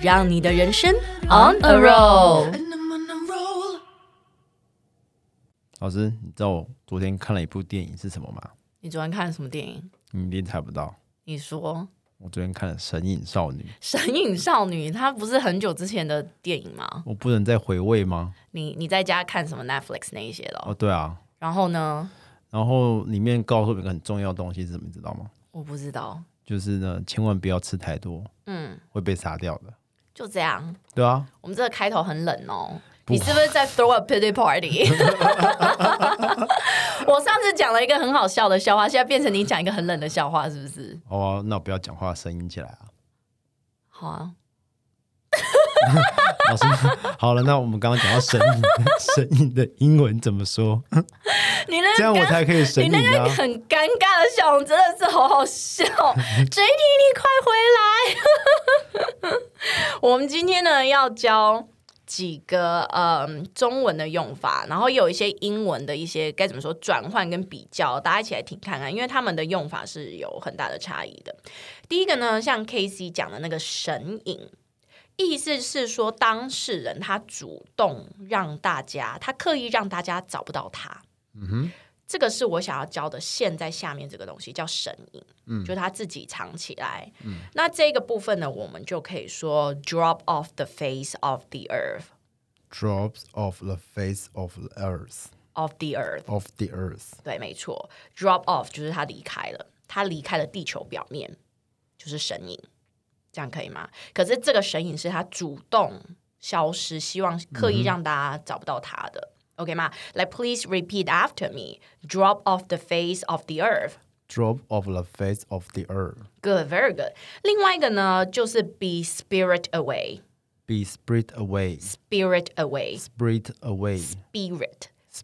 让你的人生 on a roll。老师，你知道我昨天看了一部电影是什么吗？你昨天看了什么电影？你一定猜不到。你说我昨天看了《神隐少女》 《，神隐少女》，它不是很久之前的电影吗？我不能再回味吗？你你在家看什么 Netflix 那一些的哦、哦，对啊。然后呢？然后里面告诉我一个很重要的东西是什么，你知道吗？我不知道，就是呢，千万不要吃太多，嗯，会被杀掉的。就这样。对啊，我们这个开头很冷哦。不你是不是在 throw a pity party？我上次讲了一个很好笑的笑话，现在变成你讲一个很冷的笑话，是不是？哦，那我不要讲话，声音起来啊。好啊，老师， 好了，那我们刚刚讲到神隐， 神隐的英文怎么说？你那这样个我尴才可以神你隐哎那个啊。很尴尬的笑容真的是好好笑 ，J D，你快回来！我们今天呢要教几个嗯中文的用法，然后有一些英文的一些该怎么说转换跟比较，大家一起来听看啊看，因为他们的用法是有很大的差异的。第一个呢，像 K C 讲的那个神隐。意思是说，当事人他主动让大家，他刻意让大家找不到他。这个是我想要教的，现在下面这个东西叫神隐，嗯，就是他自己藏起来。嗯，那这个部分呢，我们就可以说 drop off the face of the earth Drops off the face of the earth, of the earth。 of the earth。对，没错，drop off 就是他离开了，他离开了地球表面，就是神隐，这样可以吗？可是这个神隐是他主动消失，希望刻意让大家找不到他的、o k 吗？来，please repeat after me: drop off the face of the earth。 Drop off the face of the earth. Good, very good. 另外一个呢，就是 be spirit away, Be spirit away. spirit away, Spirit away. spirit.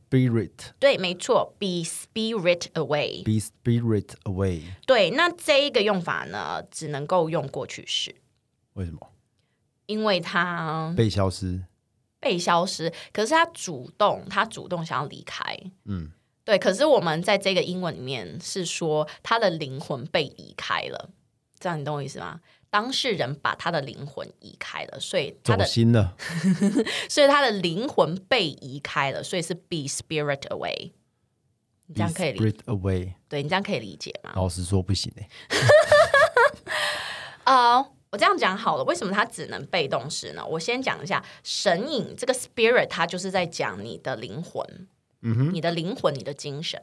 Spirit. 对，没错，be spirit away。 Be spirit away. 对，那这一个用法呢，只能够用过去式，为什么？因为它被消失。被消失，可是它主动，它主动想要离开。嗯，对，可是我们在这个英文里面是说他的灵魂被移开了，这样你懂我意思吗？当事人把他的灵魂移开了，所以他走的心了。所以他的灵魂被移开了，所以是 be spirit away。你这 Be 样可以理， spirit away. 对你这样可以理解吗？老实说不行哎、啊、我这样讲好了，为什么它只能被动式呢？我先讲一下神隐这个 spirit，它就是在讲你的灵魂，嗯哼，你的灵魂，你的精神，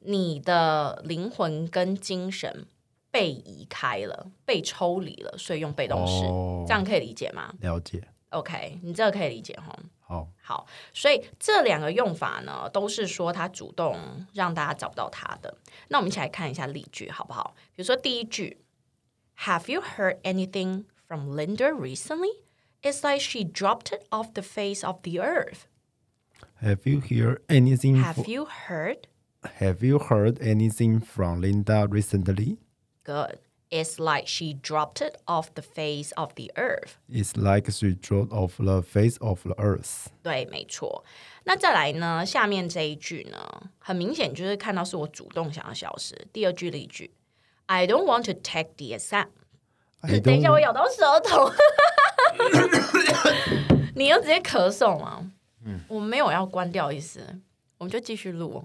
你的灵魂跟精神被移开了，被抽离了，所以用被动式，哦这样可以理解吗了解。 ？OK，你这个可以理解哈。好，好，所以这两个用法呢，都是说他主动让大家找不到他的。那我们一起来看一下例句，好不好？比如说第一句，Have you heard anything from Linda recently? It's like she dropped it off the face of the earth. Have you heard anything? fro- Have you heard? Have you heard anything from Linda recently? Good. It's like she dropped it off the face of the earth. It's like she dropped off the face of the earth. 对，没错。那再来呢？下面这一句呢，很明显就是看到是我主动想要消失。第二句例句，I don't want to take the exam。 I 等一下，我 don't. 咬到舌头。你又直接咳嗽吗？我没有要关掉意思，我们就继续录。哦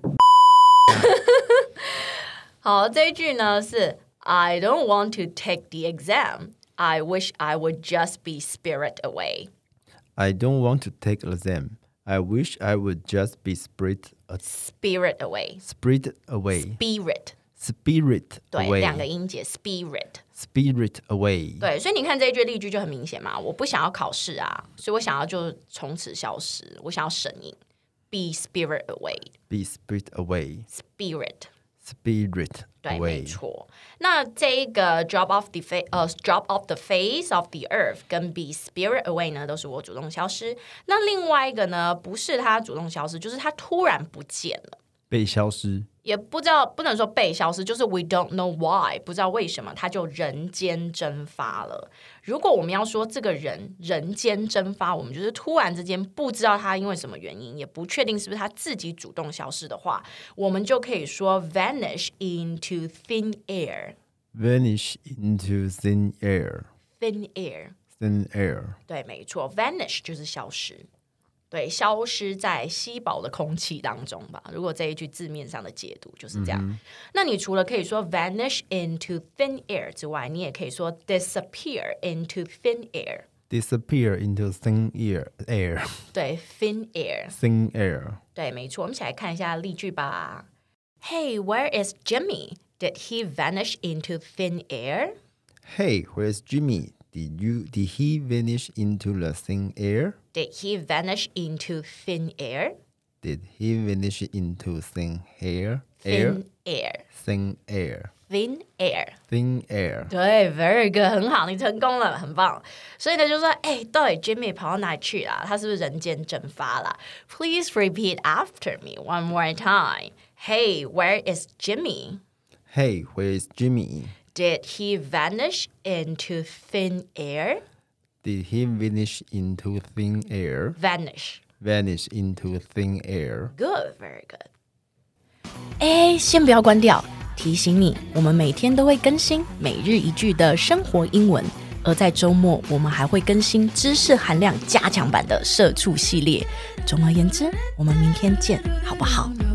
好，这一句呢是 I don't want to take the exam. I wish I would just be spirit away. I don't want to take the exam. I wish I would just be spirit a Spirit away. spirit away. Spirit. Spirit 对， away. 两个音节，spirit。 Spirit away. 对，所以你看这一句例句就很明显嘛，我不想要考试啊，所以我想要就从此消失，我想要神隐，be spirit away，spirit Be spirit away. spirit 对，没 away。错。那这一个 drop off the face，呃，drop off the face of the earth 跟 be spirit away 呢，都是我主动消失。那另外一个呢，不是他主动消失，就是他突然不见了。被消失，也不知道，不能说被消失，就是 we don't know why，不知道为什么他就人间蒸发了。如果我们要说这个人人间蒸发，我们就是突然之间不知道他因为什么原因，也不确定是不是他自己主动消失的话，我们就可以说 vanish into thin air。 vanish into thin air。 thin air， thin air。对，没错，vanish 就是消失，对，消失在稀薄的空气当中吧。如果这一句字面上的解读就是这样，那你除了可以说 vanish into thin air 之外，你也可以说 disappear into thin air， disappear into thin air air 对，thin air， thin air 对，没错。我们一起来看一下例句吧。Hey, where is Jimmy? Did he vanish into thin air? hey where's jimmy did you did he vanish into the thin air Did he vanish into thin air? did he vanish into thin air air Thin air, thin air thin air. thin air 对，very good，很好，你成功了，很棒。所以呢，就说，哎、到底 Jimmy 跑到哪里去啦？他是不是人间蒸发啦 p l e a s e repeat after me one more time. Hey, where is Jimmy? hey where's jimmy Did he vanish into thin air? did he vanish into thin air Vanish. vanish into thin air Good, very good. 哎，先不要关掉，提醒你，我们每天都会更新每日一句的生活英文，而在周末我们还会更新知识含量加强版的社畜系列。总而言之，我们明天见，好不好？ no,